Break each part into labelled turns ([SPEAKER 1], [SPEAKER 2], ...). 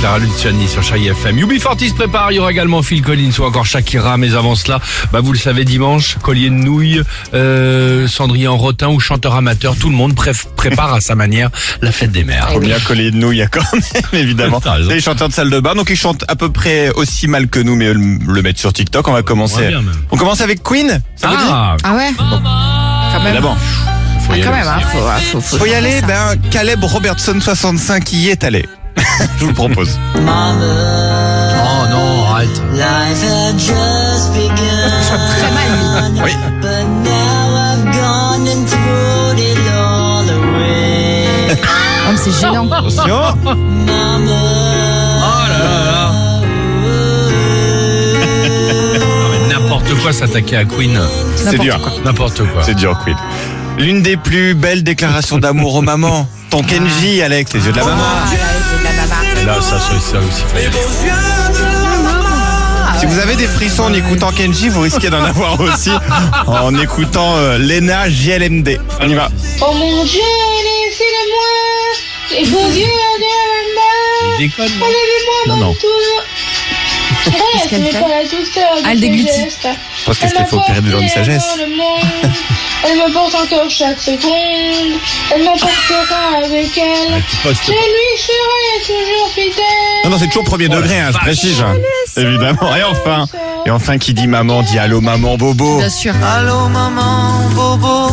[SPEAKER 1] Clara Luciani sur Chérie FM. UB40 se prépare, il y aura également Phil Collins ou encore Shakira, mais avant cela, bah vous le savez, dimanche, collier de nouilles, euh, cendrier en rotin ou chanteur amateur, tout le monde pré- prépare à sa manière la fête des mères.
[SPEAKER 2] Faut bien coller de nouilles quand même, évidemment.
[SPEAKER 1] T'as raison.
[SPEAKER 2] C'est les chanteurs de salle de bain, donc ils chantent à peu près aussi mal que nous, mais eux le mettre sur TikTok. On va commencer.
[SPEAKER 1] bien, même.
[SPEAKER 2] On commence avec Queen. Ça vous dit
[SPEAKER 1] Ah,
[SPEAKER 3] Ah ouais Quand même.
[SPEAKER 2] Évidemment.
[SPEAKER 1] faut y
[SPEAKER 3] Ah, quand
[SPEAKER 1] aller
[SPEAKER 3] même, hein,
[SPEAKER 1] aussi.
[SPEAKER 3] faut, ah, faut, faut,
[SPEAKER 2] Faut y
[SPEAKER 3] faire
[SPEAKER 2] aller.
[SPEAKER 3] ça.
[SPEAKER 2] Ben Caleb Robertson 65 y est allé. Je vous le propose.
[SPEAKER 4] Mama,
[SPEAKER 1] Oh non, arrête.
[SPEAKER 4] life had just
[SPEAKER 3] Très
[SPEAKER 4] begun.
[SPEAKER 3] mal.
[SPEAKER 2] Oui.
[SPEAKER 4] But now I've gone and thrown it all away.
[SPEAKER 3] Oh, mais c'est gênant.
[SPEAKER 2] Attention.
[SPEAKER 4] Mama,
[SPEAKER 1] Oh là là là. Non, mais N'importe quoi s'attaquer à Queen.
[SPEAKER 2] C'est dur.
[SPEAKER 1] N'importe quoi.
[SPEAKER 2] C'est dur, Queen. L'une des plus belles déclarations d'amour aux mamans. Ton Kenji, Alex, les yeux de
[SPEAKER 1] Oh
[SPEAKER 2] la maman.
[SPEAKER 3] Ah, là, c'est de la baba.
[SPEAKER 1] Là, ça, ça, ça aussi.
[SPEAKER 2] Si vous avez des frissons en écoutant Kenji, vous risquez d'en avoir aussi en écoutant euh, Lena JLMD. On y va.
[SPEAKER 5] Oh mon Dieu, laissez-le-moi Les beaux yeux de
[SPEAKER 1] Il déconne, non
[SPEAKER 5] la main Enlevez-moi
[SPEAKER 2] Non,
[SPEAKER 5] mon
[SPEAKER 2] non.
[SPEAKER 5] tour
[SPEAKER 3] Qu'est-ce
[SPEAKER 5] Reste,
[SPEAKER 3] qu'elle
[SPEAKER 5] n'est
[SPEAKER 3] fait
[SPEAKER 5] pas la douceur de
[SPEAKER 3] Ah, elle
[SPEAKER 5] tes
[SPEAKER 3] déglutit.
[SPEAKER 5] gestes.
[SPEAKER 2] Parce qu'est-ce qu'il faut opérer des gens de
[SPEAKER 5] Elle m'a porté
[SPEAKER 2] sagesse
[SPEAKER 5] dans le monde. Elle me porte encore chaque seconde Elle m'emportera avec
[SPEAKER 1] Ah,
[SPEAKER 5] elle
[SPEAKER 1] tu postes.
[SPEAKER 5] Je lui serai toujours fidèle
[SPEAKER 2] Non, non, c'est toujours premier
[SPEAKER 1] Oh la
[SPEAKER 2] degré, hein, je
[SPEAKER 1] vache.
[SPEAKER 2] précise. hein. Évidemment. Et enfin, et enfin, qui dit maman dit allô maman bobo.
[SPEAKER 3] Bien sûr.
[SPEAKER 4] Allô maman, bobo.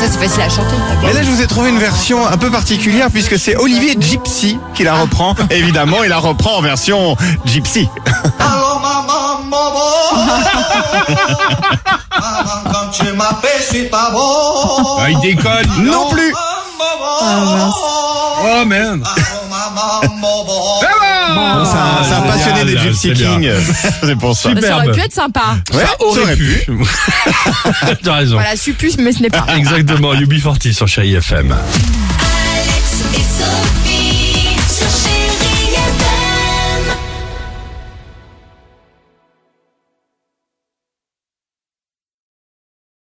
[SPEAKER 3] Ça, c'est facile à chanter.
[SPEAKER 1] Ah,
[SPEAKER 2] Mais là, je vous ai trouvé une version un peu particulière puisque c'est Olivier Gypsy qui la reprend. Évidemment, il la reprend en version Gypsy.
[SPEAKER 6] Allô maman, bobo Maman, quand tu m'appelles, je suis pas beau
[SPEAKER 1] Ah, il déconne.
[SPEAKER 2] Non plus.
[SPEAKER 6] Maman, bobo
[SPEAKER 1] Oh merde.
[SPEAKER 6] Allô maman, bobo
[SPEAKER 1] Ah,
[SPEAKER 2] C'est un, c'est un
[SPEAKER 1] génial,
[SPEAKER 2] passionné des
[SPEAKER 1] là,
[SPEAKER 2] Gypsy
[SPEAKER 1] c'est bien.
[SPEAKER 2] King. C'est pour ça.
[SPEAKER 3] Bah, ça aurait
[SPEAKER 1] Superbe.
[SPEAKER 3] pu être sympa.
[SPEAKER 2] Ouais,
[SPEAKER 1] Ça aurait pu. T'as raison.
[SPEAKER 3] Voilà, suppus, mais ce n'est pas.
[SPEAKER 1] Exactement, UB40 sur Chérie FM.
[SPEAKER 7] Alex et Sophie.